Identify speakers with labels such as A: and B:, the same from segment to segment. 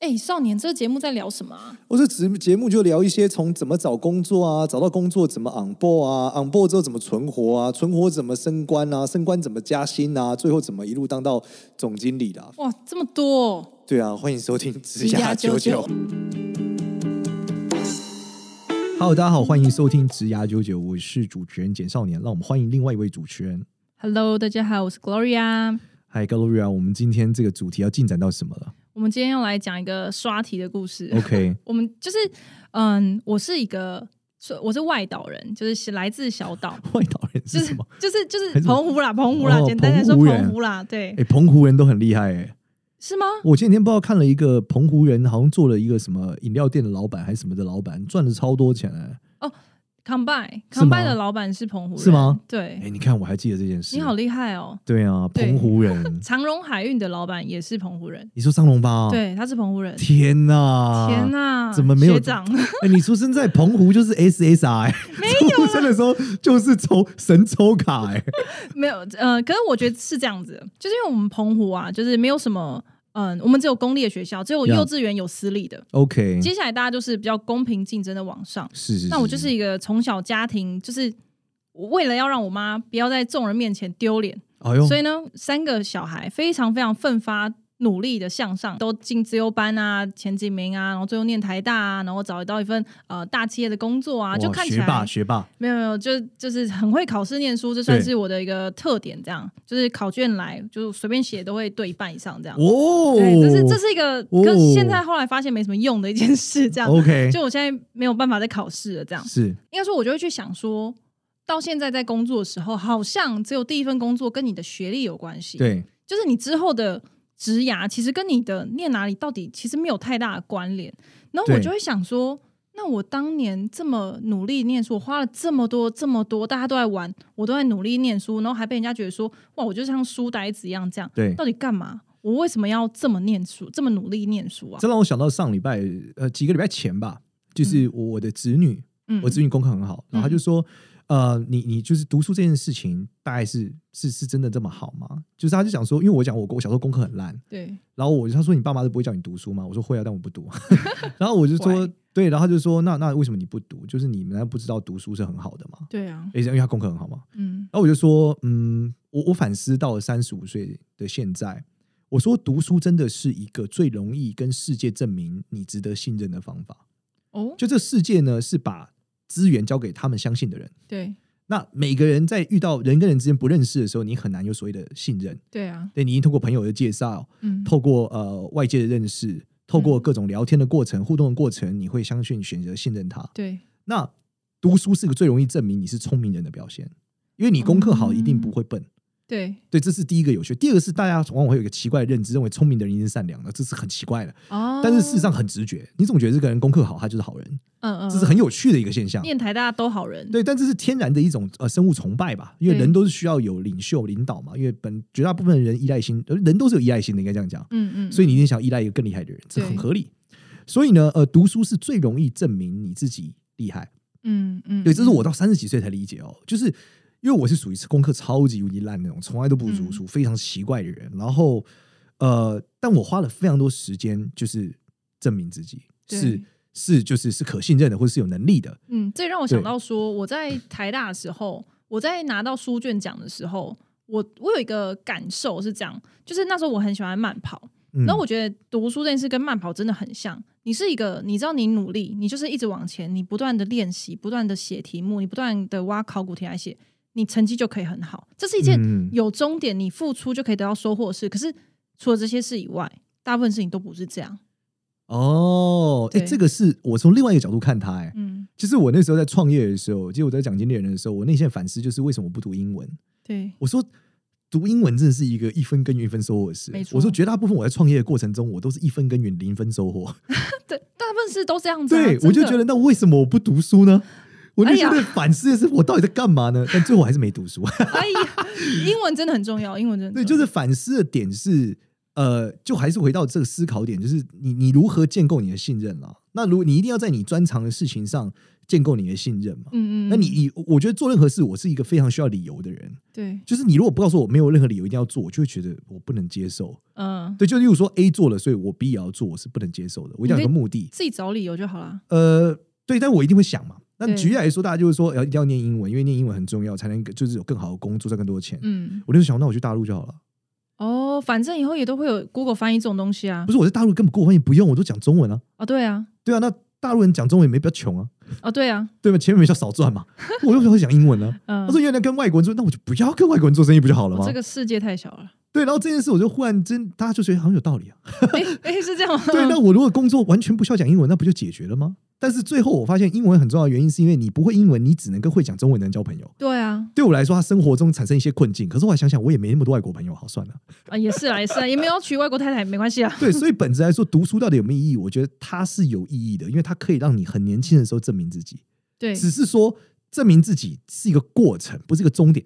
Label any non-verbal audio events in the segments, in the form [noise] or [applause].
A: 哎、少年，这个节目在聊什么啊？
B: 我这节节目就聊一些从怎么找工作啊，找到工作怎么 on board 啊，on board 之后怎么存活啊，存活怎么升官啊，升官怎么加薪啊，最后怎么一路当到总经理的、啊
A: 哇，这么多、哦！
B: 对啊，欢迎收听《
A: 职涯九九》。
B: Hello，大家好，欢迎收听《职涯九九》，我是主持人简少年。让我们欢迎另外一位主持人，
A: Hello，大家好，我是 Gloria。
B: 嗨 g a l o r i a 我们今天这个主题要进展到什么了
A: 我们今天要来讲一个刷题的故事。 [laughs]
B: ？OK，
A: 我们就是，嗯，我是一个，说我是外岛人，就是来自小岛，
B: [laughs] 外岛人
A: 就是是
B: 什么？
A: 就是就是
B: 还是
A: 澎湖啦，澎湖啦，
B: 哦
A: 简单来说，
B: 澎湖人
A: 澎湖啦，对
B: 哎、，澎湖人都很厉害哎、
A: 是吗？
B: 我前几天不知道看了一个澎湖人，好像做了一个什么饮料店的老板还是什么的老板，赚了超多钱哎、
A: Combine
B: 是吗
A: Combine 的老板是澎湖人
B: 是吗？哎、
A: 对，
B: 你看我还记得这件事。
A: 你好厉害哦！
B: 对啊，
A: 对，
B: 澎湖人
A: 长荣海运的老板也是澎湖人，
B: 你说张龙吧？，
A: 对，他是澎湖人。
B: 哦天呐，
A: 天！哪，
B: 怎么没有
A: 学长？
B: 哎、你出生在澎湖就是 SSR，、没
A: 啊
B: 有出生的时候就是抽神抽卡哎、
A: 没有，呃，可是我觉得是这样子，就是因为我们澎湖啊，就是没有什么，嗯、我们只有公立的学校，只有
B: Yeah
A: 幼稚园有私立
B: 嗯
A: 的。
B: OK，
A: 接下来大家就是比较公平竞争的往上。
B: 是是
A: 那我就是一个从小家庭，就是我为了要让我妈不要在众人面前丢脸，
B: 哎呦，
A: 所以呢，三个小孩非常非常奋发。努力的向上，都进资优班啊，前几名啊，然后最后念台大啊，然后找到一份呃大企业的工作啊，
B: 哇
A: 就看起
B: 哦学霸
A: 来
B: 学霸，
A: 没有没有，就就是很会考试念书，这算
B: 对
A: 是我的一个特点。这样就是考卷来，就是随便写都会对一半以上这样。
B: 哦，
A: 对，这是这是一个，
B: 哦
A: 可是现在后来发现没什么用的一件事。这样，
B: OK，
A: 就我现在没有办法再考试了。这样，
B: 是
A: 应该说我就会去想说，到现在在工作的时候，好像只有第一份工作跟你的学历有关系。，
B: 对，
A: 就是你之后的职涯，其实跟你的念哪里到底其实没有太大的关联。然后我
B: 对
A: 就会想说，那我当年这么努力念书，我花了这么多这么多，大家都在玩，我都在努力念书，然后还被人家觉得说，哇，我就像书呆子一样这样，
B: 对
A: 到底干嘛？我为什么要这么念书，这么努力念书啊？
B: 这让我想到上礼拜，呃，几个礼拜前吧，就是我我的侄女，
A: 嗯
B: 我侄女功课很好，然后她就说，呃，你你就是读书这件事情，大概是是是真的这么好吗？就是她就想说，因为我讲我我小时候功课很烂，
A: 对，
B: 然后我就她说你爸妈都不会叫你读书吗？我说会啊，但我不读。然后我就说
A: 乖
B: 对，然后她就说那那为什么你不读？就是你们难道不知道读书是很好的吗？
A: 对啊，
B: 诶因为她功课很好嘛。
A: 嗯，
B: 然后我就说，嗯，我我反思到了三十五岁的现在，我说读书真的是一个最容易跟世界证明你值得信任的方法。
A: 哦，
B: 就这世界呢，是把资源交给他们相信的人。
A: 对，
B: 那每个人在遇到人跟人之间不认识的时候，你很难有所谓的信任。
A: 对啊，
B: 对，你一定透过朋友的介绍，
A: 嗯，
B: 透过呃外界的认识，透过
A: 嗯
B: 各种聊天的过程、互动的过程，你会相信、选择信任他。
A: 对，
B: 那读书是个最容易证明你是聪明人的表现，因为你功课好，一定不会笨。
A: 对，
B: 对，这是第一个有趣。第二个是大家往往会有一个奇怪的认知，认为聪明的人一定是善良的，这是很奇怪的。
A: 哦，
B: 但是事实，上很直觉，你总觉得这个人功课好，他就是好人，
A: 嗯嗯，
B: 这是很有趣的一个现象。
A: 念台大家都好人，
B: 对，但这是天然的一种呃生物崇拜吧，因为
A: 对
B: 人都是需要有领袖领导嘛，因为本绝大部分人依赖心，呃人都是有依赖心的，应该这样讲。
A: 嗯，嗯嗯，
B: 所以你一定想要依赖一个更厉害的人，这
A: 对
B: 很合理。所以呢，呃，读书是最容易证明你自己厉害。
A: 嗯，嗯嗯，
B: 对，这是我到三十几岁才理解哦，就是因为我是属于功课超级无敌烂那种，从来都不
A: 嗯
B: 读书，非常奇怪的人。然后呃，但我花了非常多时间，就是证明自己
A: 对
B: 是是就是是可信任的，或者是有能力的。
A: 嗯，这让我想
B: 对
A: 到说，我在台大的时候，我在拿到书卷奖的时候，我我有一个感受是这样，就是那时候我很喜欢慢跑，
B: 嗯
A: 然后我觉得读书这件事跟慢跑真的很像。你是一个，你知道你努力，你就是一直往前，你不断的练习，不断的写题目，你不断的挖考古题来写，你成绩就可以很好。这是一件
B: 嗯
A: 有终点，你付出就可以得到收获的事。可是除了这些事以外，大部分事情都不是这样。
B: 哦，哎、
A: 对
B: 这个是我从另外一个角度看它、哎，
A: 嗯，
B: 就是我那时候在创业的时候，其实我在讲经理人的时候，我内心的反思就是为什么我不读英文？
A: 对，
B: 我说读英文真的是一个一分耕耘一分收获的事
A: 没。错
B: 我说绝大部分我在创业的过程中，我都是一分耕耘零分收获。
A: 对，大部分事都这样子啊、
B: 呃对，我就
A: [laughs] 真的
B: 觉得那为什么我不读书呢？我
A: 哎
B: 内心
A: 呀
B: 的反思的是我到底在干嘛呢？但最后我还是没读书。
A: 哎呀，
B: [laughs]
A: 英文真的很重要，英文真的
B: 对，
A: 很重
B: 就
A: 要
B: 是反思的点是，呃，就还是回到这个思考点，就是你你如何建构你的信任啦、那如果你一定要在你专长的事情上建构你的信任嘛，
A: 嗯嗯，
B: 那你以我觉得做任何事，我是一个非常需要理由的人。
A: 对，
B: 就是你如果不告诉我没有任何理由一定要做，我就会觉得我不能接受。
A: 嗯，
B: 对，就例如说 A 做了，所以我 B 也要做，我是不能接受的。我一定要有个目的。
A: 自己找理由就好了。
B: 呃，对，但我一定会想嘛。那
A: 对
B: 举例来说，大家就会说，呃要一定要念英文，因为念英文很重要，才能就是有更好的工作，赚更多的钱。
A: 嗯，
B: 我就想，那我去大陆就好了。
A: 哦，反正以后也都会有 Google 翻译这种东西啊
B: 不。是我在大陆根本跟我翻译不用，我都讲中文啊。
A: 哦，对啊，
B: 对啊，那大陆人讲中文也没比较穷啊，
A: 哦，对啊，
B: 对吧？钱比较少
A: [laughs]
B: 赚嘛。我又会讲英文呢、
A: 嗯
B: 他，说原来跟外国人做，那我就不要跟外国人做生意不就好了吗？
A: 这个世界太小
B: [laughs]
A: 了。
B: 对，然后这件事我就忽然真，大家就觉得好像有道理啊。
A: [laughs] 哎哎，是这样吗？
B: 对，那我如果工作完全不需要讲英文，那不就解决了吗？但是最后我发现，英文很重要的原因是因为你不会英文，你只能跟会讲中文的人交朋友。
A: 对啊，
B: 对我来说，他生活中产生一些困境。可是我还想想，我也没那么多外国朋友，好算了。
A: [laughs] 啊，也是啊，也是啊，也没有娶外国太太，没关系啊。
B: 对，所以本质来说，读书到底有没有意义？我觉得它是有意义的，因为它可以让你很年轻的时候证明自己。
A: 对，
B: 只是说，证明自己是一个过程，不是一个终点。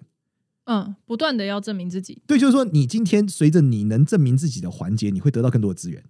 A: 嗯，不断的要证明自己。
B: 对，就是说，你今天随着你能证明自己的环节，你会得到更多的资源。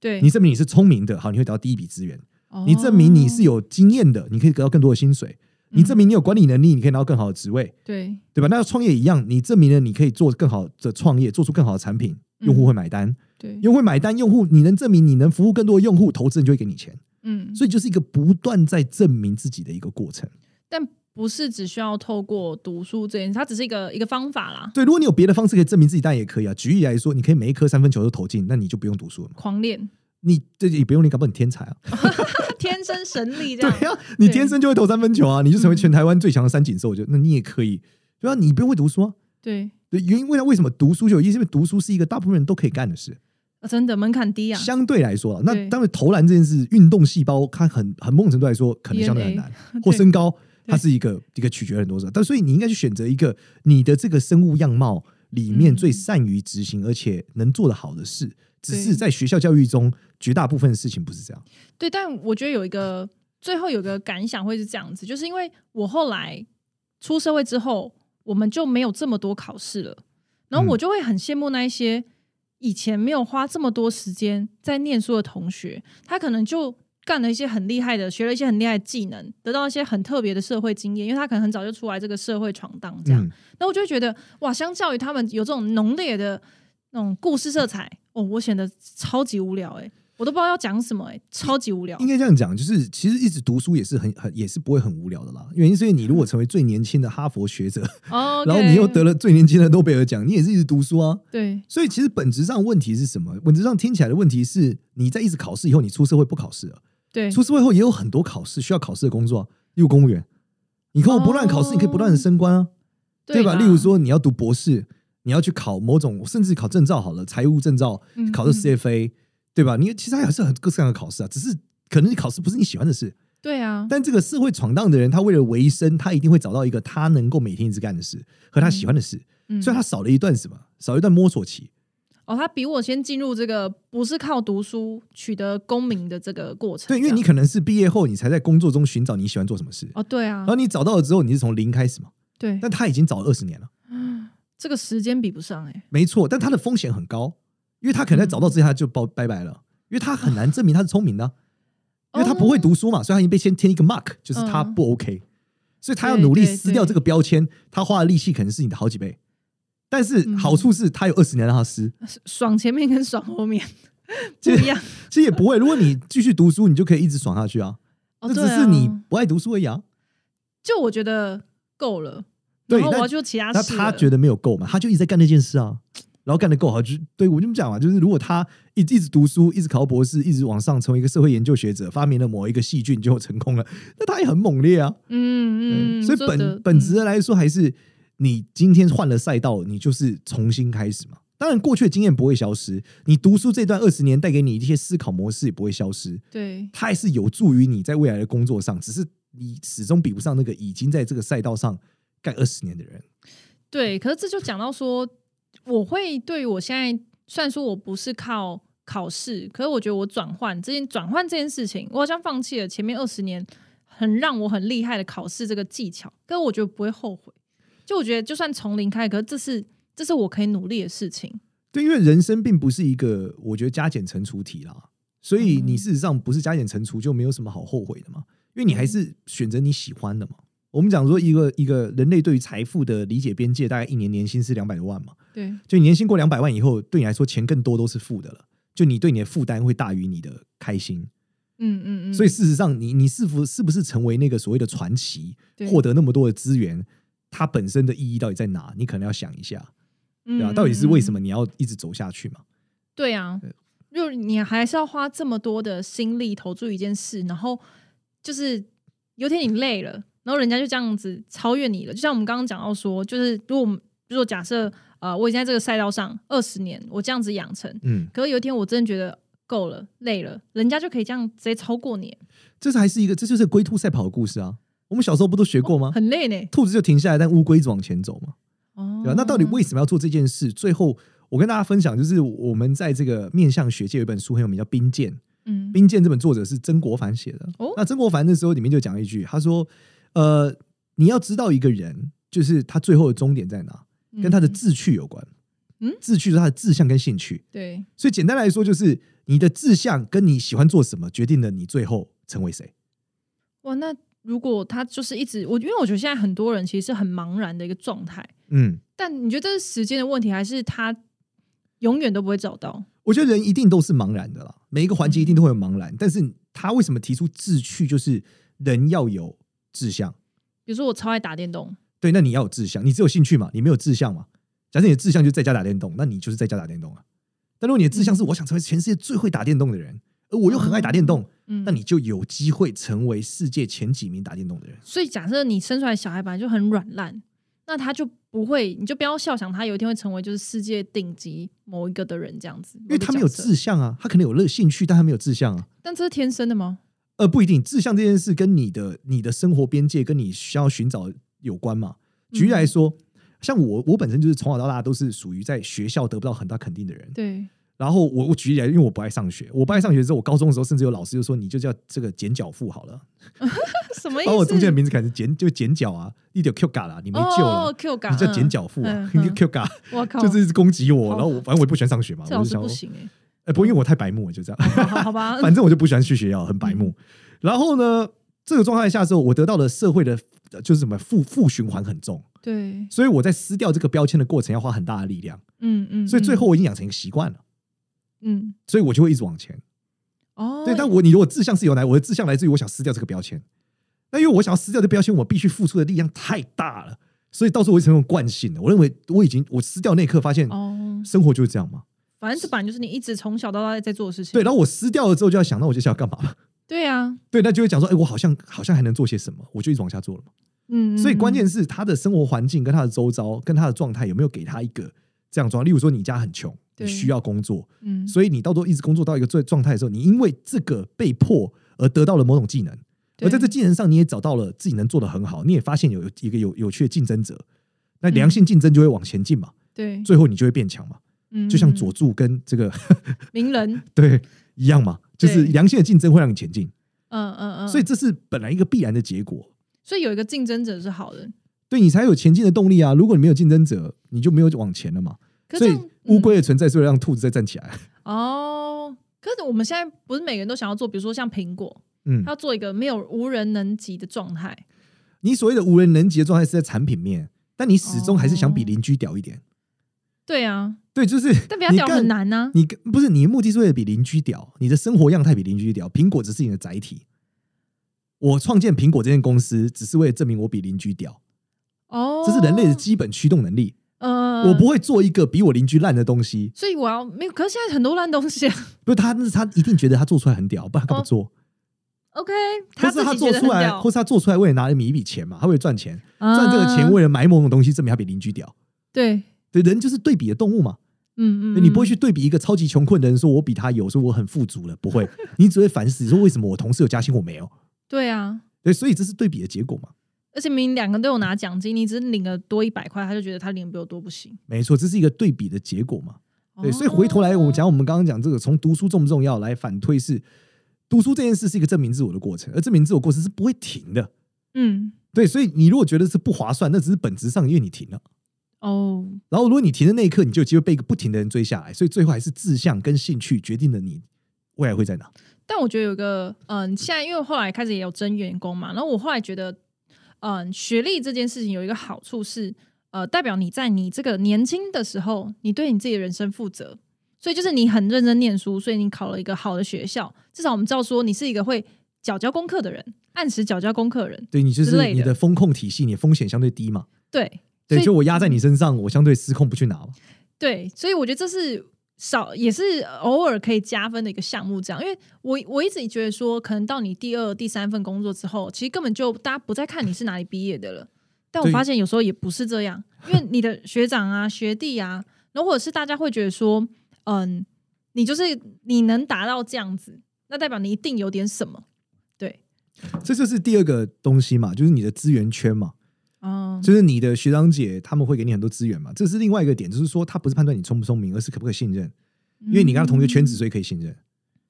A: 对，
B: 你证明你是聪明的，好，你会得到第一笔资源。
A: 哦
B: 你证明你是有经验的，你可以得到更多的薪水；
A: 嗯
B: 你证明你有管理能力，你可以拿到更好的职位，
A: 对，
B: 对吧？那创业一样，你证明了你可以做更好的创业，做出更好的产品，
A: 嗯
B: 用户会买单，
A: 对，
B: 用户会买单，用户你能证明你能服务更多的用户，投资人就会给你钱，
A: 嗯，
B: 所以就是一个不断在证明自己的一个过程。
A: 但不是只需要透过读书这件事，它只是一个一个方法啦。
B: 对，如果你有别的方式可以证明自己，当然也可以啊。举例来说，你可以每一颗三分球都投进，那你就不用读书了嘛。
A: 狂练，
B: 你这也不用你搞不好你天才 [laughs] 啊，
A: 天生神力这
B: 对
A: 样。
B: 啊，你天生就会投三分球啊，你就成
A: 嗯
B: 为全台湾最强的三井寿，我觉得那你也可以，对啊，你不用会读书啊。
A: 对
B: 对，原因为为什么读书就有意思？因为读书是一个大部分人都可以干的事，
A: 啊，真的门槛低啊。
B: 相对来说啊，那
A: 对
B: 当然投篮这件事，运动细胞它很很某种程度来说，可能相对很
A: DNA
B: 难， [laughs] 或
A: 对
B: 身高，它
A: 对
B: 是一个一个取决很多事。但所以你应该去选择一个你的这个生物样貌里面
A: 嗯
B: 最善于执行而且能做得好的事。只是
A: 对
B: 在学校教育中，绝大部分事情不是这样。
A: 对，但我觉得有一个最后有个感想会是这样子，就是因为我后来出社会之后，我们就没有这么多考试了，然后我就会很羡慕那一些以前没有花这么多时间在念书的同学，他可能就。干了一些很厉害的，学了一些很厉害的技能，得到一些很特别的社会经验，因为他可能很早就出来这个社会闯荡这样。
B: 嗯，
A: 那我就会觉得，哇，相较于他们有这种浓烈的那种故事色彩，哦，我显得超级无聊哎、我都不知道要讲什么哎、超级无聊
B: 应。该这样讲，就是其实一直读书也是很很也是不会很无聊的啦。原因是因为你如果成为最年轻的哈佛学者，
A: 哦，OK，
B: 然后你又得了最年轻的诺贝尔奖，你也是一直读书啊。
A: 对
B: 所以其实本质上问题是什么？本质上听起来的问题是，你在一直考试以后，你出社会不考试了。
A: 对
B: 出社会后也有很多考试需要考试的工作、啊，例如公务员。你可以不断考试，
A: 哦
B: 你可以不断的升官啊，对吧？
A: 啦
B: 例如，说你要读博士，你要去考某种，甚至考证照好了，财务证照
A: 嗯，
B: 考到
A: 嗯
B: CFA，、对吧？你其实还是很各式各样的考试啊，只是可能你考试不是你喜欢的事，
A: 对啊，
B: 但这个社会闯荡的人，他为了维生，他一定会找到一个他能够每天一直干的事和他喜欢的事，
A: 嗯
B: 所以他少了一段什么？少了一段摸索期。
A: 哦，他比我先进入这个不是靠读书取得功名的这个过程。
B: 对，因
A: 这
B: 为
A: 样
B: 你可能是毕业后，你才在工作中寻找你喜欢做什么事，
A: 哦，对啊
B: 然后，你找到了之后，你是从零开始嘛？
A: 对，
B: 但他已经找了二十年了，
A: 这个时间比不上哎、
B: 没错，但他的风险很高，因为他可能在找到之前他就报拜拜了，因为他很难证明他是聪明的啊，
A: 哦
B: 因为他不会读书嘛，所以他已经被先贴一个 mark，就是他
A: 嗯
B: 不 OK，所以他要
A: 对
B: 努力
A: 对
B: 撕掉
A: 对
B: 这个标签，他花的力气可能是你的好几倍。但是
A: 嗯
B: 好处是他有二十年让他撕，
A: 爽前面跟爽后
B: [laughs]
A: 面不一样。
B: 其实也不会。如果你继续读书，你就可以一直爽下去啊。
A: 哦，
B: 那
A: 对
B: 只
A: 啊
B: 是你不爱读书而已啊。
A: 就我觉得够了，
B: 对
A: 然后
B: 那
A: 我要做其他
B: 那
A: 事了。
B: 他觉得没有够嘛，他就一直在干那件事啊，然后干得够好，就对我这么讲嘛，就是如果他一一直读书，一直考博士，一直往上成为一个社会研究学者，发明了某一个细菌就成功了，那他也很猛烈啊。
A: 嗯嗯，
B: 所以
A: 说
B: 本
A: 得
B: 本
A: 嗯
B: 质的来说，还是你今天换了赛道，你就是重新开始嘛。当然，过去的经验不会消失，你读书这段二十年带给你一些思考模式也不会消失， [laughs]
A: 对
B: 它还是有助于你在未来的工作上，只是你始终比不上那个已经在这个赛道上干二十年的人。
A: 对，可是这就讲到说，我会对于我现在虽然说我不是靠考试，可是我觉得我转换这件转换这件事情，我好像放弃了前面二十年很让我很厉害的考试这个技巧，可是我觉得不会后悔。就我觉得就算从零开，可是这是这是我可以努力的事情。
B: 对，因为人生并不是一个我觉得加减乘除题啦，所以
A: 嗯
B: 你事实上不是加减乘除就没有什么好后悔的嘛，因为你
A: 嗯
B: 还是选择你喜欢的嘛。我们讲说一个一个人类对于财富的理解边界，大概一年年薪是两百多万嘛，
A: 对，
B: 就你年薪过两百万以后，对你来说钱更多都是负的了，就你对你的负担会大于你的开心。
A: 嗯嗯嗯，
B: 所以事实上你，你是否是不是成为那个所谓的传奇，获
A: 得
B: 得那么多的资源，它本身的意义到底在哪？你可能要想一下，对吧、啊到底是为
A: 嗯嗯
B: 什？么你要一直走下去嘛？
A: 对啊
B: 对，
A: 就是你还是要花这么多的心力投注一件事，然后就是有天你累了，然后人家就这样子超越你了。就像我们刚刚讲到说，就是如果我们如果假设呃，我已经在这个赛道上二十年，我这样子养成，
B: 嗯，
A: 可是有一天我真的觉得够了，累了，人家就可以这样直接超过你，
B: 这才是一个，这就是龟兔赛跑的故事啊。我们小时候不都学过吗？
A: 哦很累呢。
B: 兔子就停下来，但乌龟一直往前走嘛，
A: 哦
B: 对吧、啊那到底为什么要做这件事？最后，我跟大家分享，就是我们在这个面向学界有一本书很有名，叫《冰鉴》。《
A: 嗯
B: 冰鉴》这本作者是曾国藩写的。
A: 哦
B: 那曾国藩那时候里面就讲一句，他说：“呃，你要知道一个人，就是他最后的终点在哪，跟他的
A: 嗯
B: 志趣有关。
A: 嗯
B: 志趣是他的志向跟兴趣。
A: 对
B: 所以简单来说，就是你的志向跟你喜欢做什么，决定了你最后成为谁。
A: 哇，那如果他就是一直我，因为我觉得现在很多人其实是很茫然的一个状态。
B: 嗯，
A: 但你觉得这是时间的问题，还是他永远都不会找到？
B: 我觉得人一定都是茫然的啦，每一个环节一定都会有茫然。但是他为什么提出志趣，就是人要有志向。”
A: 比如说我超爱打电动，
B: 对，那你要有志向，你只有兴趣嘛，你没有志向嘛。假设你的志向就是在家打电动，那你就是在家打电动啊。但如果你的志向是我想成为全世界最会打电动的人，而我又很爱打电动，
A: 嗯，
B: 那你就有机会成为世界前几名打电动的人。
A: 所以假设你生出来小孩本来就很软烂，那他就不会，你就不要笑想他有一天会成为就是世界顶级某一个的人这样子，因
B: 因为他没有，志向啊，他可能有乐兴趣，但他没有志向啊。
A: 但这是天生的吗？
B: 呃，不一定，志向这件事跟你的你的生活边界跟你需要寻找有关嘛。举例
A: 嗯
B: 来说，像我，我本身就是从小到大都是属于在学校得不到很大肯定的人， [laughs]
A: 对，
B: 然后我我举例来，因为我不爱上学，我不爱上学之后，我高中的时候甚至有老师就说你就叫这个剪脚妇好了，
A: 什么意
B: 把我中间
A: 思？
B: 的名字改成剪就剪脚啊，一点 Q 嘎啦，你没救了，
A: 哦，Q 感，
B: [laughs] 你叫剪脚妇啊
A: 嗯，嗯
B: ，Q 嘎
A: 我靠，
B: [laughs] 就是一直攻击我，
A: 好
B: 然后我反正我也不喜欢上学嘛，
A: 这
B: 我
A: 老
B: 就
A: 师
B: 想
A: 不
B: 说，
A: 行哎、
B: 哎，不，因为我太白目了，就这样，
A: 欸，好好吧，
B: [laughs] 反正我就不喜欢去学校，很白目。然后呢，这个状态下之后，我得到了社会的就是什么负负循环很重，
A: 对，
B: 所以我在撕掉这个标签的过程要花很大的力量，
A: 嗯嗯，
B: 所以最
A: 嗯
B: 后我已经养成一个习惯了，
A: 嗯
B: 所以我就会一直往前。
A: 哦，
B: 对，但我你如果志向是由来，我的志向来自于我想撕掉这个标签。那因为我想要撕掉这个标签，我必须付出的力量太大了，所以到时候我会成为惯性的。我认为我已经我撕掉那一刻，发现
A: 哦，
B: 生活就是这样嘛。
A: 反正这本来就是你一直从小到大在做的事情。
B: 对，然后我撕掉了之后，就要想，那我接下来要干嘛 [laughs] 嘛？
A: 对啊，
B: 对，那就会讲说，哎，我好像好像还能做些什么，我就一直往下做了嘛。
A: 嗯，
B: 所以关键
A: 嗯
B: 是他的生活环境、跟他的周遭、跟他的状态有没有给他一个这样状态。例如说，你家很穷，你
A: 对
B: 需要工作，
A: 嗯，
B: 所以你到时候一直工作到一个最状态的时候，你因为这个被迫而得到了某种技能，
A: 对
B: 而在这技能上你也找到了自己能做的很好，你也发现有一个有有趣的竞争者，那良
A: 嗯
B: 性竞争就会往前进嘛，
A: 对，
B: 最后你就会变强嘛，
A: 嗯
B: 就像
A: 嗯
B: 佐助跟这个 [laughs]
A: 名人，
B: 对一样嘛，就是
A: 对
B: 良性的竞争会让你前进，
A: 嗯嗯嗯，
B: 所以这是本来一个必然的结果，
A: 所以有一个竞争者是好人，
B: 对你才有前进的动力啊！如果你没有竞争者，你就没有往前了嘛。
A: 可是
B: 所
A: 这
B: 以
A: 样
B: 乌龟的存在是为了让兔子再站起来，
A: 嗯哦。可是我们现在不是每个人都想要做，比如说像苹果，
B: 嗯
A: 它，要做一个没有无人能及的状态。
B: [laughs] 你所谓的无人能及的状态是在产品面，但你始终还是想比邻居屌一点。
A: 对啊，
B: 对，就是
A: 哦但比它屌啊很
B: 你干。
A: 难呐、
B: 你干不是你的目的是为了比邻居屌，你的生活样态比邻居屌。苹果只是你的载体。我创建苹果这间公司，只是为了证明我比邻居屌，
A: 哦，
B: 这是人类的基本驱动能力。
A: 呃，
B: 我不，会做一个比我邻居烂的东西，
A: 所以我要没有。可是现在很多烂东西、啊、
B: 不是他，那是他一定觉得他做出来很屌，不然他干嘛
A: 哦
B: 做？
A: ，OK，
B: 或
A: 自
B: 是他
A: 己觉
B: 做
A: 得很
B: 出来，
A: 屌
B: 或，是他做出来为了拿一笔钱嘛，他为了赚钱，赚
A: 赚
B: 这个钱为了买某种东西，证明他比邻居屌。
A: 对，
B: 对，人就是对比的动物嘛。
A: 嗯嗯，
B: 哎你不会
A: 嗯
B: 去对比一个超级穷困的人，说我比他有，说我很富足了，不会，你只会反思说为什么我同事有加薪我没有。
A: 对啊，
B: 对，所以这是对比的结果嘛？
A: 而且明明两个都有拿奖金，你只是领了多一百块，他就觉得他领得比我多不行。
B: 没错，这是一个对比的结果嘛？对，
A: 哦
B: 所以回头来，我讲我们刚刚讲这个，从读书重不重要来反推是，读书这件事是一个证明自我的过程，而证明自我过程是不会停的。
A: 嗯，
B: 对，所以你如果觉得是不划算，那只是本质上因为你停了。
A: 哦，
B: 然后，如果你停的那一刻，你就有机会被一个不停的人追下来，所以最后还是志向跟兴趣决定了你未来会在哪？
A: 但我觉得有一个，嗯，现在因为后来开始也有征员工嘛，然后我后来觉得，嗯，学历这件事情有一个好处是，呃，代表你在你这个年轻的时候，你对你自己的人生负责，所以就是你很认真念书，所以你考了一个好的学校，至少我们知道说你是一个会缴交功课的人，按时缴交功课的人，
B: 对你就
A: 之
B: 是
A: 类的
B: 你的风控体系，你风险相对低嘛。
A: 对
B: 对，
A: 所以
B: 就我压在你身上，我相对失控不去拿嘛。
A: 对，所以我觉得这是少也是偶尔可以加分的一个项目，这样，因为我我一直觉得说，可能到你第二、第三份工作之后，其实根本就大家不再看你是哪里毕业的了。但我
B: 对
A: 发现有时候也不是这样，因为你的学长啊、学弟啊，然后或者是大家会觉得说，嗯，你就是你能达到这样子，那代表你一定有点什么。对，
B: 这就是第二个东西嘛，就是你的资源圈嘛，
A: 嗯，
B: 就是你的学长姐他们会给你很多资源嘛。这是另外一个点，就是说他不是判断你聪不聪明，而是可不可以信任。因为你跟他同一个
A: 嗯
B: 圈子，所以可以信任。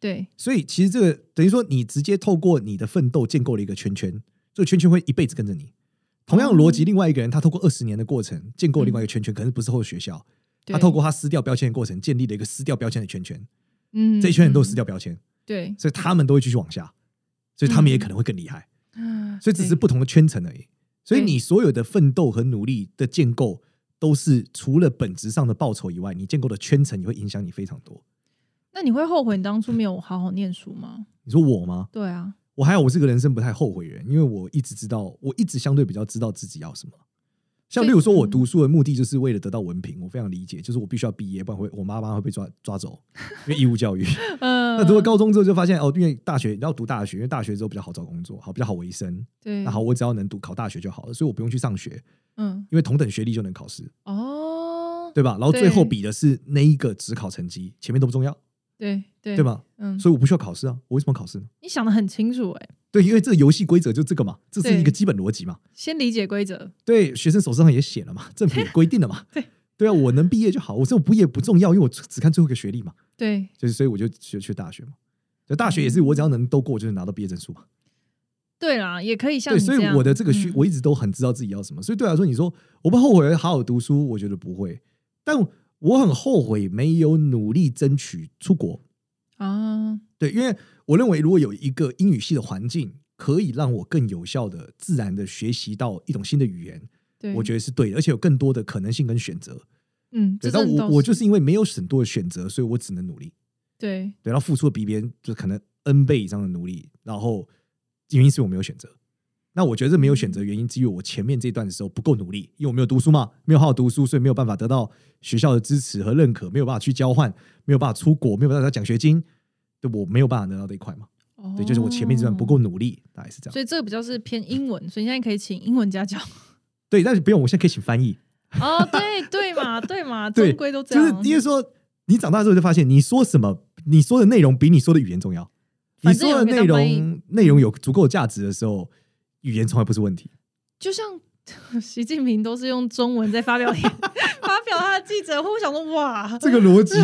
A: 对
B: 所以其实这个等于说你直接透过你的奋斗建构了一个圈圈，这个圈圈会一辈子跟着你。同样的逻辑，另外一个人他透过二十年的过程建构另外一个圈圈，可能不是透过学校，
A: 对
B: 他透过他撕掉标签的过程建立了一个撕掉标签的圈圈，
A: 嗯
B: 这一圈人都
A: 嗯
B: 撕掉标签，
A: 对，
B: 所以他们都会继续往下，所以他们也可能会更厉害，所以只是
A: 对
B: 不同的圈层而已。所以
A: 嗯对
B: 你所有的奋斗和努力的建构，都是除了本质上的报酬以外，你建构的圈层也会影响你非常多。
A: 那你会后悔你当初没有好好念书吗？
B: 你说我吗？
A: [laughs] 对啊，
B: 我还好，我是个人生不太后悔的人，因为我一直知道，我一直相对比较知道自己要什么。像
A: 所以
B: 例如说，我
A: 嗯
B: 读书的目的就是为了得到文凭，我非常理解，就是我必须要毕业，不然会我妈妈会被抓抓走，因为义务
A: [laughs]
B: 教育。
A: 嗯，
B: 那读了高中之后就发现哦，因为大学要读大学，因为大学之后比较好找工作，好比较好维生。
A: 对，
B: 那好，我只要能读考大学就好了，所以我不用去上学，
A: 嗯，
B: 因为同等学历就能考试，
A: 哦，
B: 对吧？然后
A: 对
B: 最后比的是那一个只考成绩，前面都不重要，
A: 对对
B: 对？吧？
A: 嗯，
B: 所以我不需要考试啊，我为什么要考试呢？
A: 你想的很清楚哎，
B: 对，因为这个游戏规则就这个嘛，这是一个
A: 对
B: 基本逻辑嘛。
A: 先理解规则，
B: 对，学生手册上也写了嘛，政府也规定了嘛。
A: [laughs] 对
B: 对啊，我能毕业就好，我这种毕业不重要，因为我只看最后一个学历嘛，
A: 对，
B: 就是所以我就学去大学嘛。就大学也是，我只
A: 嗯
B: 要能都过，就是拿到毕业证书嘛。
A: 对啦，也可以像
B: 对，
A: 你
B: 所
A: 这
B: 以
A: 样
B: 我的这个需
A: 嗯
B: 我一直都很知道自己要什么，所以对我来说，你说我不后悔好好读书，我觉得不会，但我很后悔没有努力争取出国。
A: 啊，
B: 对，因为我认为如果有一个英语系的环境，可以让我更有效的、自然的学习到一种新的语言，
A: 对，
B: 我觉得是对的，而且有更多的可能性跟选择。
A: 嗯，
B: 对，
A: 这
B: 但
A: 真的
B: 我
A: 倒
B: 我就是因为没有很多的选择，所以我只能努力，
A: 对
B: 对，然后付出了比别人就可能 N 倍以上的努力，然后原因是我没有选择。那我觉得这没有
A: 嗯
B: 选择原因，基于我前面这段的时候不够努力，因为我没有读书嘛，没有好好读书，所以没有办法得到学校的支持和认可，没有办法去交换，没有办法出国，没有办法得到奖学金，对，我没有办法得到这一块嘛。对，就是我前面这段不够，
A: 哦
B: 努力，大概是这样。
A: 所以这个比较是偏英文，所以你现在可以请英文家教 [laughs]
B: 对，但是不用，我现在可以请翻译。
A: 哦，对对嘛对嘛，
B: 对
A: 终归都这
B: 就是
A: 样，
B: 因为说，你长大之后就发现，你说什么，你说的内容比你说的语言重要。你
A: 反正
B: 说的内
A: 有人可以当
B: 容内容有足够的价值的时候，语言从来不是问题。
A: 就像 [laughs] 习近平都是用中文在发表 [laughs] 发表他的记者会，我想说哇，
B: 这个逻辑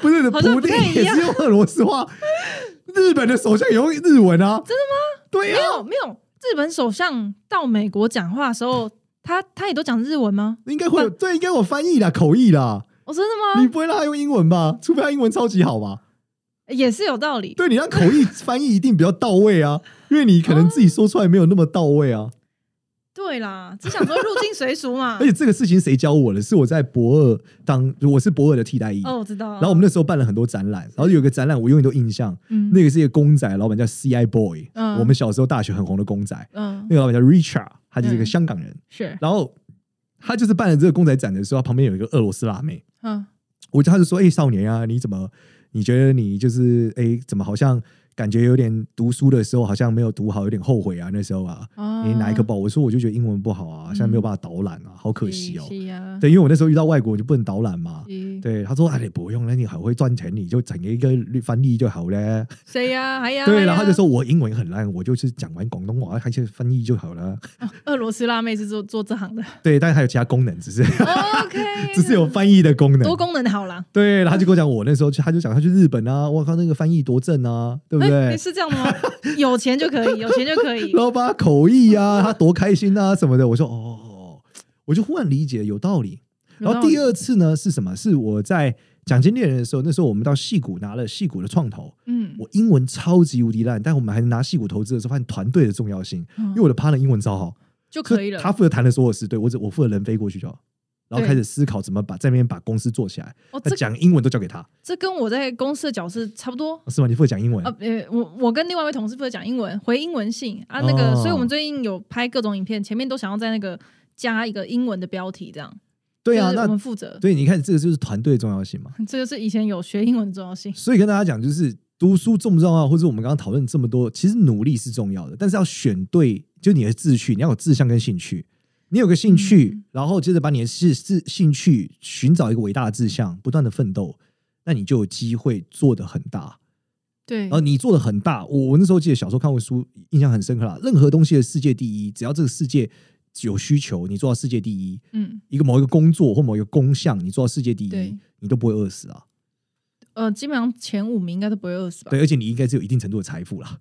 B: 不是
A: 好像
B: 普
A: 不
B: 丁
A: 太一
B: 也
A: 样
B: 是用俄罗斯话，日本的首相也用日文啊？真的吗？
A: 没
B: 对呀、
A: 有没有，日本首相到美国讲话的时候，他他也都讲日文吗？
B: 应该会有对，应该有翻译啦，口译啦。
A: 哦，真
B: 你
A: 的吗？
B: 不会让他用英文吧？除非他英文超级好吧？
A: 也是有道理。
B: 对，你让口译翻译一定比较到位啊，因为你可能自己说出来没有那么到位啊。
A: 对啦，只想说入境随俗
B: [laughs]
A: 嘛
B: 而。且这个事情谁教我的？是我在博尔当，我是博尔的替代役。
A: 哦，我知道。
B: 然后我们那时候办了很多展览，然后有一个展览我永远都印象，
A: 嗯
B: 那个是一个公仔，老板叫 CI Boy，、
A: 嗯
B: 我们小时候大学很红的公仔，
A: 嗯
B: 那个老板叫 Richard，他就是一个
A: 嗯
B: 香港人， [laughs]
A: 是
B: 然后他就是办了这个公仔展的时候，他旁边有一个俄罗斯辣妹，
A: 嗯
B: 我就他就说：“哎、少年啊，你怎么你觉得你就是哎、怎么好像感觉有点读书的时候好像没有读好，有点后悔啊那时候啊，
A: 哦
B: 你哪一科不好？”我说：“我就觉得英文不好啊，现在没有
A: 嗯
B: 办法导览啊，好可惜哦。
A: 是啊，
B: 对，因为我那时候遇到外国我就不能导览嘛。
A: 对，
B: 对，他说：“哎，你不用了，你很会赚钱，你就整一个翻译就好 [laughs] 了。
A: 谁呀？哎还呀？
B: 对，啊
A: 还
B: 然后
A: 呀
B: 他就说：“我英文很烂，我就是讲完广东话，还是翻译就好 [laughs] 了。
A: 俄罗斯辣妹是做做这行
B: [laughs]
A: 的。”
B: 对，但是还有其他功能，只 [laughs] 是
A: OK，
B: 哦只是有翻译的功能
A: 多。功能好啦。
B: 对，然后他就跟我讲，我那时候去，他就讲他去日本啊，我靠，那个翻译多正啊，对不
A: 哎，
B: [laughs] 对？
A: 是这样的吗？有钱就可以，有钱就可
B: [laughs]
A: 以
B: 然。后把他口译啊，他多开心啊什么的。我说哦哦，哦我就忽然理解有道理。
A: 有
B: 然
A: 道
B: 后
A: 理
B: 第二次呢是什么？是我在奖金猎人的时候，那时候我们到戏谷拿了戏谷的创投，
A: 嗯，
B: 我英文超级无敌烂，但我们还拿戏谷投资的时候，发现团队的重要性，
A: 因
B: 因为我的 partner 英文超好，
A: 就嗯可以
B: 所
A: 了。
B: 他负责谈的所有事，对我只我负责人飞过去就好，然后
A: 对
B: 开始思考怎么把在那边把公司做起来，
A: 哦，
B: 那
A: 这
B: 讲英文都交给他，哦
A: 这跟我在公司的角色差不多。
B: 是吗？你负责讲英文
A: 呃，呃，我我跟另外一位同事负责讲英文，回英文信啊，那个，
B: 哦
A: 所以我们最近有拍各种影片，前面都想要在那个加一个英文的标题，这样。
B: 对啊，
A: 就是我
B: 那
A: 们负责。
B: 对你看这个就是团队的重要性嘛。
A: [laughs] 这就是以前有学英文的重要
B: [laughs]
A: 性。
B: 所以跟大家讲，就是读书重不重要，或者我们刚刚讨论这么多，其实努力是重要的，但是要选对，就你的志趣，你要有志向跟兴趣。你有个兴趣，
A: 嗯
B: 然后接着把你的志志兴趣寻找一个伟大的志向，不断的奋斗，那你就有机会做的很大。
A: 对
B: 然后你做的很大，我我那时候记得小时候看过书，印象很深刻啦。任何东西的世界第一，只要这个世界有需求，你做到世界第一，
A: 嗯，
B: 一个某一个工作或某一个工项，你做到世界第
A: 对
B: 一，你都不会饿死啊。
A: 呃，基本上前五名应该都不会饿死吧？
B: 对，而且你应该是有一定程度的财富啦。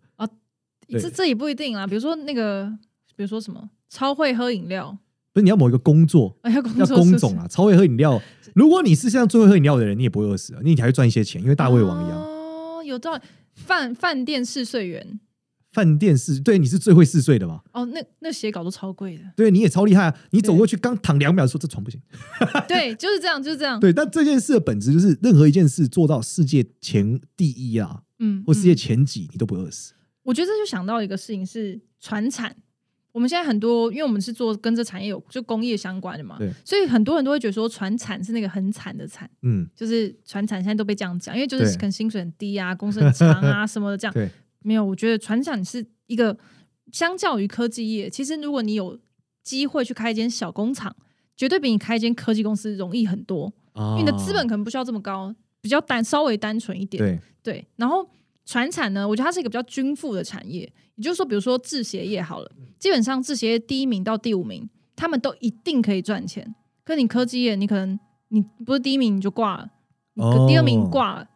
B: 对
A: 这这也不一定啦。比如说那个，比如说什么超会喝饮料，
B: 不是你要某一个工作，
A: 哎呀，工
B: 要
A: 作
B: 工
A: 是不
B: 种
A: 是
B: 啊，超会喝饮料。如果你是像最会喝饮料的人，你也不会饿死啊，你还会赚一些钱，因为大胃王一样。
A: 哦，有道理。饭饭店试睡员，
B: 饭店是对你是最会嗜睡的嘛？。
A: 哦，那那写稿都超贵的
B: [laughs] 对，你也超厉害啊！你走
A: 对
B: 过去刚躺两秒，说这床不行。
A: 对，就是这样，就是这样。
B: 对，但这件事的本质就是，任何一件事做到世界前第一啊，
A: 嗯，
B: 或世界
A: 嗯
B: 前几，你都不会饿死。
A: 我觉得这就想到一个事情是传产。我们现在很多，因为我们是做跟这产业有就工业相关的嘛
B: 对，
A: 所以很多人都会觉得说传产是那个很惨的惨，
B: 嗯，
A: 就是传产现在都被这样讲，因为就是
B: 对
A: 可能薪水很低啊，公司很长
B: [laughs]
A: 啊什么的这样。
B: 对，
A: 没有，我觉得船长是一个相较于科技业，其实如果你有机会去开一间小工厂，绝对比你开一间科技公司容易很多，因
B: 啊
A: 为你的资本可能不需要这么高，比较单稍微单纯一点。
B: 对
A: 对，然后船产呢，我觉得它是一个比较均富的产业，也就是说，比如说制鞋业好了，
B: 嗯
A: 基本上制鞋业第一名到第五名，他们都一定可以赚钱。可你科技业，你可能你不是第一名你就挂了，你可
B: 哦
A: 第二名挂了，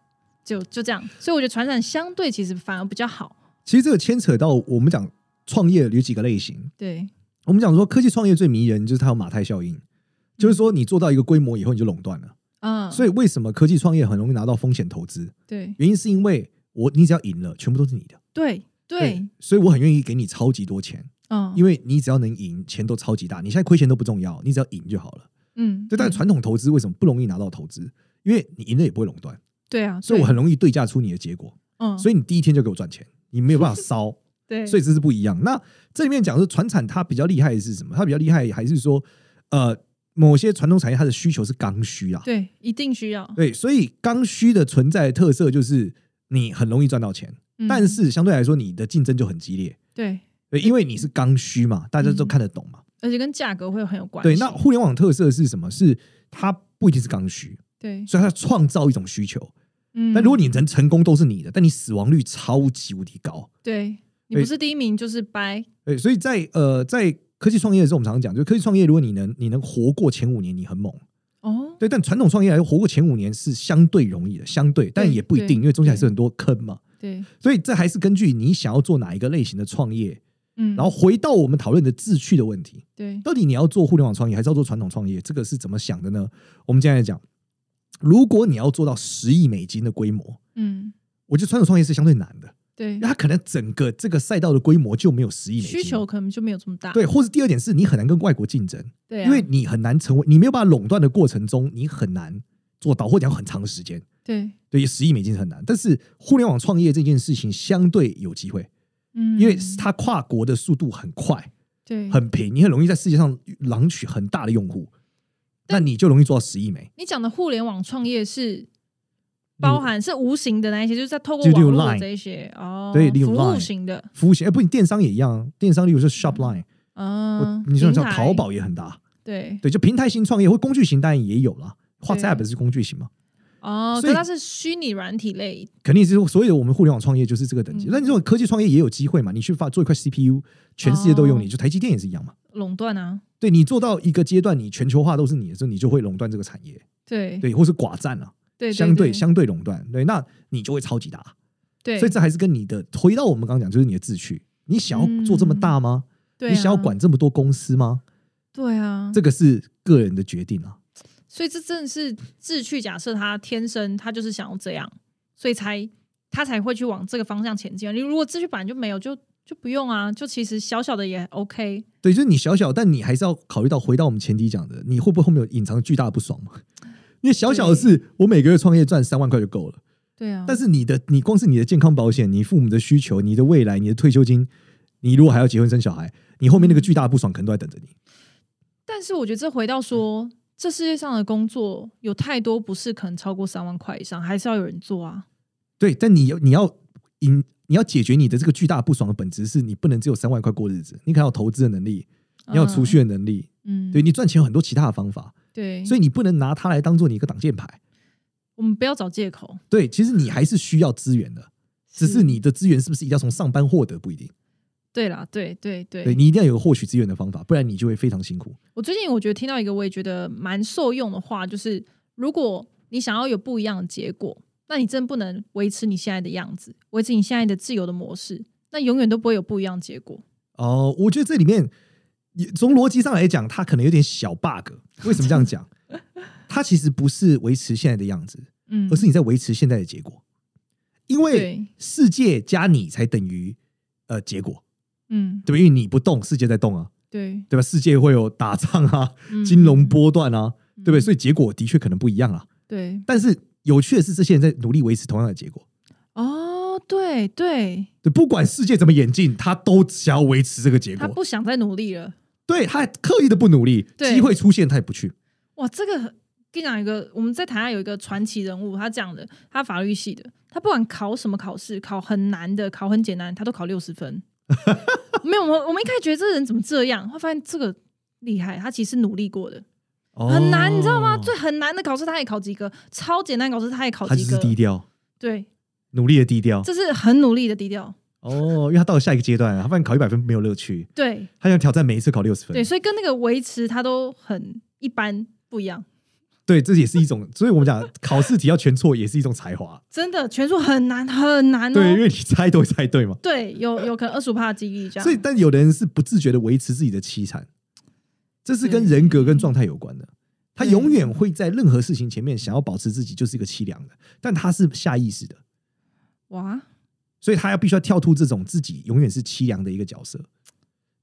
A: 就就这样。所以我觉得船产相对其实反而比较好。
B: 其实这个牵扯到我们讲创业有几个类型，
A: 对，
B: 我们讲说科技创业最迷人就是它有马太效应，就是说你做到一个规模以后你就垄断了。
A: 嗯，
B: 所以为什么科技创业很容易拿到风险投资？
A: 对
B: 原因是因为我你只要赢了，全部都是你的。
A: 对对，，
B: 所以我很愿意给你超级多钱，
A: 嗯，
B: 因为你只要能赢，钱都超级大。你现在亏钱都不重要，你只要赢就好了。
A: 嗯，
B: 对，但
A: 嗯
B: 传统投资为什么不容易拿到投资？因为你赢了也不会垄断，
A: 对啊，
B: 所以我很容易对价出你的结果，
A: 嗯，
B: 所以你第一天就给我赚钱，你没
A: [laughs]
B: 有办法烧，
A: 对，
B: 所以
A: 以
B: 这是不一样。那这里面讲是船产，它比较厉害的是什么？它比较厉害还是说，呃，某些传统产业它的需求是刚需啊？
A: 对一定需要，
B: 对，所以刚需的存在的特色就是你很容易赚到钱，
A: 嗯
B: 但是相对来说你的竞争就很激烈，
A: 对，
B: 对，因为你是刚需嘛，大家都
A: 嗯
B: 看得懂嘛。
A: 而且跟价格会有很有关系。
B: 对，那互联网特色是什么？是它不一定是刚需，
A: 对，
B: 所以它创造一种需求。
A: 嗯，
B: 但如果你能成功都是你的，但你死亡率超级无敌高。
A: 对你
B: 对
A: 不是第一名就是掰，
B: 对，所以在呃在科技创业的时候，我们常常讲，就科技创业，如果你能你能活过前五年，你很猛。
A: 哦，
B: 对，但传统创业来说，活过前五年是相对容易的，相对，但
A: 对
B: 也不一
A: 对
B: 定，因为中间还
A: 对
B: 是很多坑嘛。
A: 对，
B: 所以这还是根据你想要做哪一个类型的创业，
A: 嗯，
B: 然后回到我们讨论的志趣的问题，
A: 对，
B: 到底你要做互联网创业还是要做传统创业？这个是怎么想的呢？我们接下来讲，如果你要做到十亿美金的规模，
A: 嗯，
B: 我觉得传统创业是相对难的，
A: 对
B: 因为，它可能整个这个赛道的规模就没有十亿美
A: 需
B: 金
A: 求可能就没有这么大，
B: 对，或是第二点是你很难跟外国竞争，
A: 对啊，
B: 因为你很难成为，你没有办法垄断的过程中，你很难做到，或者要很长的时间。
A: 对，
B: 对，十亿美金是很难，但是互联网创业这件事情相对有机会。
A: 嗯，
B: 因为它跨国的速度很快、
A: 对，
B: 很平，你很容易在世界上狼取很大的用户，那你就容易做到十亿枚。
A: 你讲的互联网创业是包含是无形的那一些，就是在透过
B: 就例
A: 网
B: 如
A: 络的
B: Line
A: 这一些哦，
B: 对例如
A: 服务
B: Line
A: 型的，
B: 服务型，哎、不，你电商也一样，电商例如说 Shopline，、
A: 嗯
B: 我，你想
A: 平
B: 像
A: 台
B: 淘，宝也很大，
A: 对，
B: 对，就平台型创业或工具型当然也有啦。
A: 对
B: WhatsApp 是工具型嘛，
A: 哦，
B: 所
A: 可
B: 以
A: 它是虚拟软体类，
B: 肯定是所有的我们互联网创业就是这个等级
A: 嗯。
B: 那、你这种科技创业也有机会嘛？你去发做一块 CPU，全世界都用你，
A: 哦
B: 就台积电也是一样嘛。
A: 垄断啊，对
B: 对你做到一个阶段，你全球化都是你的时候，你就会垄断这个产业，
A: 对
B: 对，或是寡占啊，
A: 对，
B: 相对
A: 对
B: 相对垄断，对，那你就会超级大。
A: 对，
B: 所以这还是跟你的回到我们刚刚讲，就是你的志趣，你想要做这么大吗？
A: 嗯对
B: 你想要
A: 啊嗯
B: 管这么多公司吗？
A: 对啊，
B: 这个是个人的决定啊。
A: 所以这真的是志趣。假设他天生他就是想要这样，所以才他才会去往这个方向前进。你如果志趣本来就没有，就就不用啊，就其实小小的也 OK。
B: 对，就是你小小，但你还是要考虑到，回到我们前提讲的，你会不会后面有隐藏巨大的不爽嘛？ [laughs] 因为小小的事，我每个月创业赚三万块就够了，
A: 对啊，
B: 但是你的，你光是你的健康保险、你父母的需求、你的未来、你的退休金，你如果还要结婚生小孩，你后面那个巨大的不爽可能都在等着你。
A: 但是我觉得这回到说，这世界上的工作有太多不是可能超过三万块以上，还是要有人做啊。
B: 对，但你要你要你你要解决你的这个巨大的不爽的本质是你不能只有三万块过日子，你可能要有投资的能力，你要有储蓄的能力，
A: 嗯，
B: 对你赚钱有很多其他的方法，
A: 对，
B: 所以你不能拿它来当做你一个挡箭牌。
A: 我们不要找借口，
B: 对，其实你还是需要资源的，只是你的资源是不是一定要从上班获得不一定。
A: 对啦，对对对
B: 对你一定要有获取资源的方法，不然你就会非常辛苦。
A: 我最近我觉得听到一个我也觉得蛮受用的话，就是如果你想要有不一样的结果，那你真的不能维持你现在的样子，维持你现在的自由的模式，那永远都不会有不一样的结果。
B: 哦，我觉得这里面也从逻辑上来讲，它可能有点小 bug。为什么这样讲？它其实不是维持现在的样子，
A: 嗯，
B: 而是你在维持现在的结果，因为
A: 对，
B: 世界加你才等于呃结果，
A: 嗯，
B: 对吧？因为你不动，世界在动啊，
A: 对，
B: 对吧？世界会有打仗啊，
A: 嗯
B: 金融波段啊，对不对？
A: 嗯
B: 所以结果的确可能不一样啊。
A: 对，
B: 但是有趣的是，这些人在努力维持同样的结果。
A: 哦，对对，
B: 对，不管世界怎么演进，他都想要维持这个结
A: 他
B: 果。
A: 不想再努力了。
B: 对，他还刻意的不努力，
A: 对
B: 机会出现他也不去。
A: 哇，这个很跟你讲一个，我们在台下有一个传奇人物，他这样的，他法律系的，他不管考什么考试，考很难的，考很简单，他都考六十分。
B: [laughs]
A: 没有，我们我们一开始觉得这个人怎么这样，会发现这个厉害，他其实努力过的，很难，你知道吗？最很难的考试他也考及格，超简单的考试他也考
B: 哦他就
A: 及
B: 是
A: 格。
B: 低调，
A: 对，
B: 努力的低调。
A: 这是很努力的低调。
B: 哦，因为他到了下一个阶段，他发现考一百分没有乐趣，
A: 对
B: 他想挑战每一次考六十分
A: 对，。所以跟那个维持他都很一般不一样。
B: 对，这也是一种，所以我们讲考试题要全错也是一种才华。
A: [laughs] 真的，全数很难很难哦。
B: 对，因为你猜都会猜对嘛。
A: 对有有可能二十五的几率这样。
B: 所以，但有的人是不自觉的维持自己的凄惨，这是跟
A: 对
B: 人格跟状态有关的。他
A: 对
B: 永远会在任何事情前面想要保持自己就是一个凄凉的，但他是下意识的。
A: 哇，
B: 所以他要必须要跳出这种自己永远是凄凉的一个角色。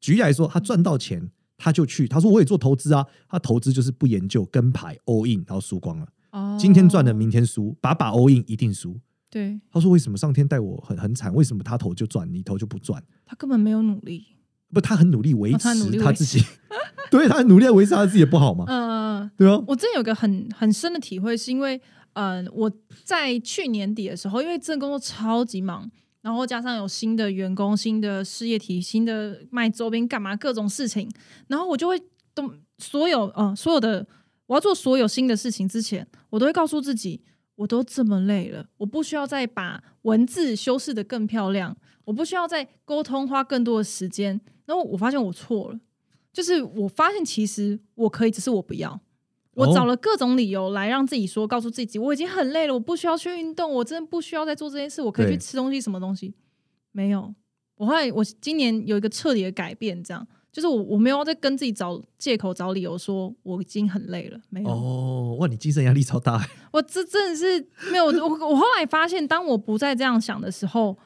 B: 举例来说，他赚到钱，他就去，他说我也做投资啊，他投资就是不研究跟牌 all in，然后输光了，
A: 哦，
B: 今天赚了，明天输，把把 all in 一定输。
A: 对
B: 他说为什么上天待我很很惨？为什么他投就赚，你投就不赚？
A: 他根本没有努力。
B: 不，他很努力维
A: 哦他很努
B: 持
A: 力维持
B: 他自己， [laughs] 对他很努力地维持他自己的不好嘛，
A: 嗯、呃，
B: 对啊吧？
A: 我真有一个很很深的体会，是因为嗯、呃我在去年底的时候，因为这工作超级忙，然后加上有新的员工、新的事业体、新的卖周边干嘛各种事情，然后我就会都所有呃所有的我要做所有新的事情之前，我都会告诉自己。我都这么累了，我不需要再把文字修饰的更漂亮，我不需要再沟通花更多的时间。然后我发现我错了，就是我发现其实我可以，只是我不要。我
B: 哦
A: 找了各种理由来让自己说，告诉自己我已经很累了，我不需要去运动，我真的不需要再做这件事，我可以
B: 对
A: 去吃东西，什么东西没有。我后来我今年有一个彻底的改变，这样就是我我没有再跟自己找借口、找理由说我已经很累了，没有。
B: 哦，哇，你精神压力超大欸，
A: 我这真的是没有我，我后来发现，当我不再这样想的时候，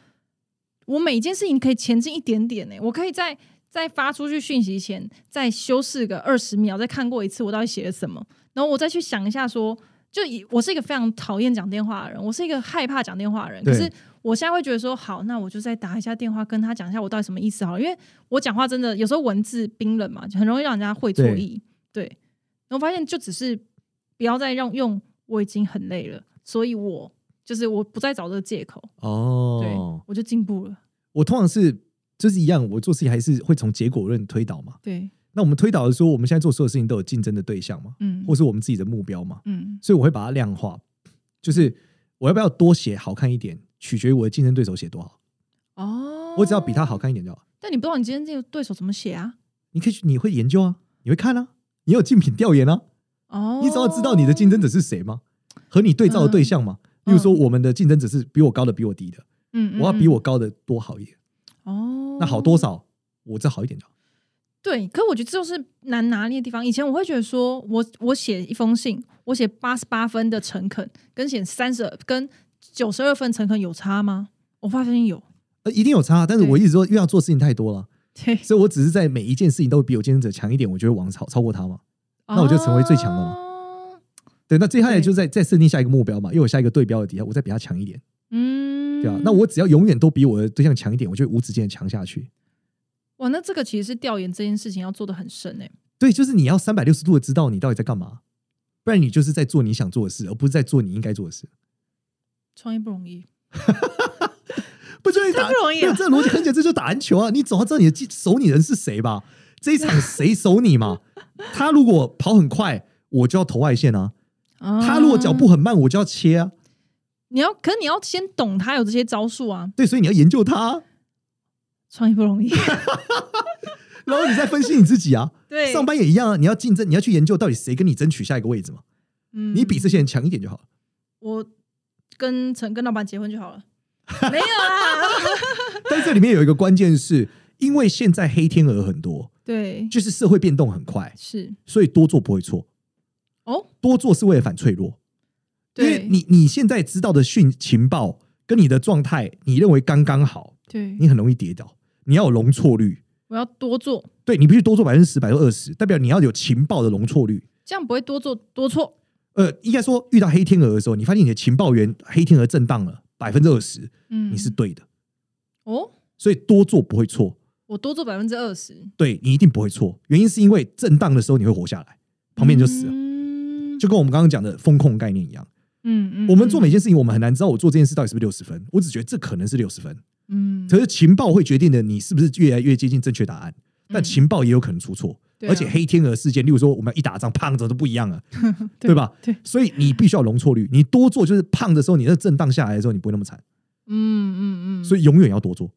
A: 我每一件事情可以前进一点点呢、我可以在在发出去讯息前，再修饰个二十秒，再看过一次我到底写了什么，然后我再去想一下说，就以我是一个非常讨厌讲电话的人，我是一个害怕讲电话的人，
B: 对
A: 可是我现在会觉得说，好，那我就再打一下电话，跟他讲一下我到底什么意思好了，因为我讲话真的有时候文字冰冷嘛，就很容易让人家会错
B: 对
A: 意，对，然后发现就只是不要再让用我已经很累了，所以我就是我不再找这个借口，对
B: 哦，
A: 我就进步了，
B: 我通常是就是一样，我做事情还是会从结果论推导嘛。
A: 对，
B: 那我们推导的说，我们现在做所有事情都有竞争的对象嘛，
A: 嗯
B: 或是我们自己的目标嘛，
A: 嗯
B: 所以我会把它量化，就是我要不要多写好看一点，取决于我的竞争对手写多好，
A: 哦，
B: 我只要比他好，看一点就好。
A: 但你不知道你今天这个对手怎么写啊，
B: 你可以去，你会研究啊，你会看啊，你有竞品调研啊，
A: 哦，
B: 你只要知道你的竞争者是谁嘛，和你对照的对象嘛。
A: 嗯
B: 例如说，我们的竞争者是比我高的，比我低的，
A: 嗯，嗯，
B: 我要比
A: 嗯
B: 我高的多好一点，
A: 哦，
B: 那好多少，我再好一点就好。
A: 对，可我觉得这就是难拿捏的地方。以前我会觉得说，我我写一封信，我写八十八分的诚恳，跟写三十跟九十二分诚恳有差吗？我发现有，
B: 呃，一定有差，但是
A: 对
B: 我一直说，因为要做事情太多了，
A: 对，
B: 所以我只是在每一件事情都比有竞争者强一点，我就会往超超过他嘛。 [laughs] 那我就成为最强的嘛
A: 哦
B: 对，那接下来
A: 对
B: 就在再设定下一个目标嘛，因为我下一个对标的底下，我再比他强一点，
A: 嗯，
B: 对啊，那我只要永远都比我的对象强一点，我就会无止境的强下去。
A: 哇，那这个其实是调研这件事情要做的很深哎、
B: 对，就是你要三百六十度的知道你到底在干嘛，不然你就是在做你想做的事，而不是在做你应该做的事。
A: 创业不容易，
B: 不就是
A: 太
B: 打
A: 不容易了啊
B: 对这逻辑很简单，这就是打篮球啊！你总要知道你的技守你人是谁吧？这一场谁守你嘛？ [laughs] 他如果跑很快，我就要投外线啊；他如果脚步
A: 啊，
B: 很慢，我就要切啊。
A: 你要，可是你要先懂他有这些招数啊，
B: 对，所以你要研究他啊，
A: 创业不
B: [laughs]
A: 容易，
B: 然后你再分析你自己啊。
A: 对，
B: 上班也一样啊，你要竞争，你要去研究到底谁跟你争取下一个位置嘛。
A: 嗯
B: 你比这些人强一点就好了。
A: 我跟陈跟老板结婚就好
B: [laughs]
A: 了，没有啊啦，
B: 但这里面有一个关键是，因为现在黑天鹅很多，
A: 对，
B: 就是社会变动很快，
A: 是
B: 所以多做不会错，
A: 哦，
B: 多做是为了反脆弱。因为
A: 对，
B: 你你现在知道的讯情报跟你的状态，你认为刚刚好，
A: 对，
B: 你很容易跌倒。你要有容错率，
A: 我要多做，
B: 对你必须多做百分之十、百分之二十，代表你要有情报的容错率。
A: 这样不会多做多错，
B: 呃，应该说遇到黑天鹅的时候，你发现你的情报源黑天鹅震荡了百分之二十，
A: 嗯，
B: 你是对的，
A: 哦，
B: 所以多做不会错，
A: 我多做百分之二十，
B: 对你一定不会错。原因是因为震荡的时候你会活下来，旁边就死了，
A: 嗯
B: 就跟我们刚刚讲的风控概念一样。
A: 嗯嗯，
B: 我们做
A: 嗯
B: 每件事情，我们很难知道我做这件事到底是不是六十分，我只觉得这可能是六十分。
A: 嗯，
B: 可是情报会决定的你是不是越来越接近正确答案，但情报也有可能出错，
A: 嗯对啊
B: 而且黑天鹅事件，例如说我们一打仗，胖子都不一样了，啊
A: [laughs] 对
B: 吧？
A: 对，
B: 所以你必须要容错率，你多做就是胖的时候，你那震荡下来的时候，你不会那么惨，
A: 嗯嗯嗯，
B: 所以永远要多做，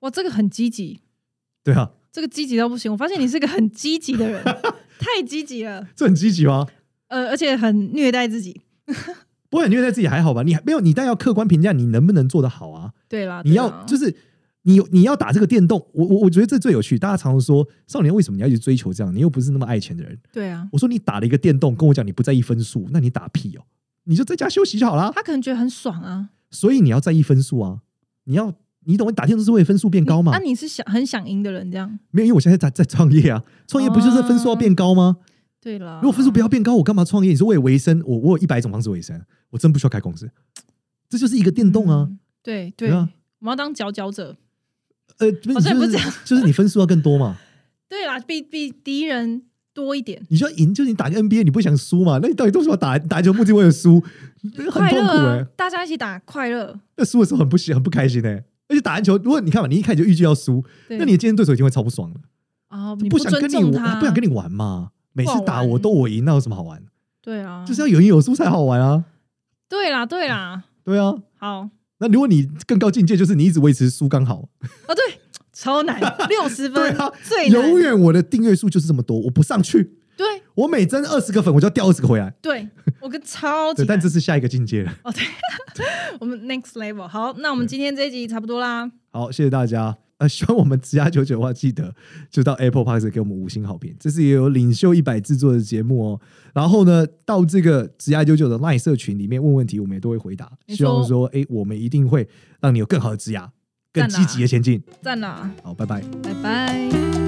A: 哇，这个很积极，
B: 对啊，
A: 这个积极到不行。我发现你是个很积极的人， [laughs] 太积极了，
B: 这很积极吗？
A: 呃，而且很虐待自己。
B: 不过你虐待自己还好吧？你还没有，你但要客观评价你能不能做得好啊？
A: 对啦，
B: 你要
A: 对啦
B: 就是你你要打这个电动，我我我觉得这最有趣。大家常常说少年为什么你要一直追求这样？你又不是那么爱钱的人。
A: 对啊，
B: 我说你打了一个电动，跟我讲你不在意分数，那你打屁哦，你就在家休息就好啦。
A: 他可能觉得很爽啊，
B: 所以你要在意分数啊，你要你懂，你打电动是为了分数变高
A: 那、
B: 吗？
A: 啊、你是想很想赢的人，这样
B: 没有，因为我现在在在创业啊，创业不就是分数要变高吗？
A: 哦对啦。嗯
B: 如果分数不要变高，我干嘛创业？你说为了维生，我我有一百种方式维生，我真不需要开公司，这就是一个电动啊。
A: 嗯对对，
B: 对啊
A: 我们要当佼佼者。
B: 呃，不
A: 好像嗯哦也不是这
B: 是就是
A: 样
B: [laughs] 就是你分数要更多嘛，
A: 对啦，比比敌人多一点，
B: 你就要赢，就是你打个 NBA，你不想输嘛？那你到底为什么打打篮球目的为了输？很
A: 快
B: 痛
A: 乐
B: 苦哎、
A: 啊，大家一起打快乐。
B: 那输的时候很不喜很不开心哎、而且打篮球，如果你看嘛，你一开始就预计要输，
A: 对
B: 那你的竞争对手一定会超不爽的，
A: 啊、
B: 就
A: 你不
B: 想
A: 尊
B: 跟你
A: 重
B: 玩，
A: 他，
B: 不想跟你玩嘛。每次
A: 不好
B: 打
A: 玩
B: 我都我赢，那有什么好玩？
A: 对啊，
B: 就是要有赢有输才好玩啊！
A: 对啦对啦，
B: 对啊，
A: 好。
B: 那如果你更高境界，就是你一直维持输刚好。
A: 哦，对，超
B: [laughs]
A: 难，六十
B: 对
A: 分，
B: 啊，
A: 最难
B: 永远我的订阅数就是这么多，我不上去，
A: 对
B: 我每增二十个粉，我就要掉二十个回来。
A: 对，我跟超级
B: 对，但
A: 难
B: 这是下一个境界了。
A: 哦，对， [laughs] 我们 next level。好，那我们今天这一集差不多啦。
B: 好，谢谢大家。呃，喜欢我们职涯九九的话，记得就到 Apple Podcast 给我们五星好评。这是也有领袖一百制作的节目哦。然后呢，到这个职涯九九的 LINE 社群里面问问题，我们也都会回答。
A: 没错
B: 希望说，哎，我们一定会让你有更好的职涯，更
A: 赞啦啊
B: 积极的前进。
A: 赞啦，
B: 好，拜拜。
A: 拜拜。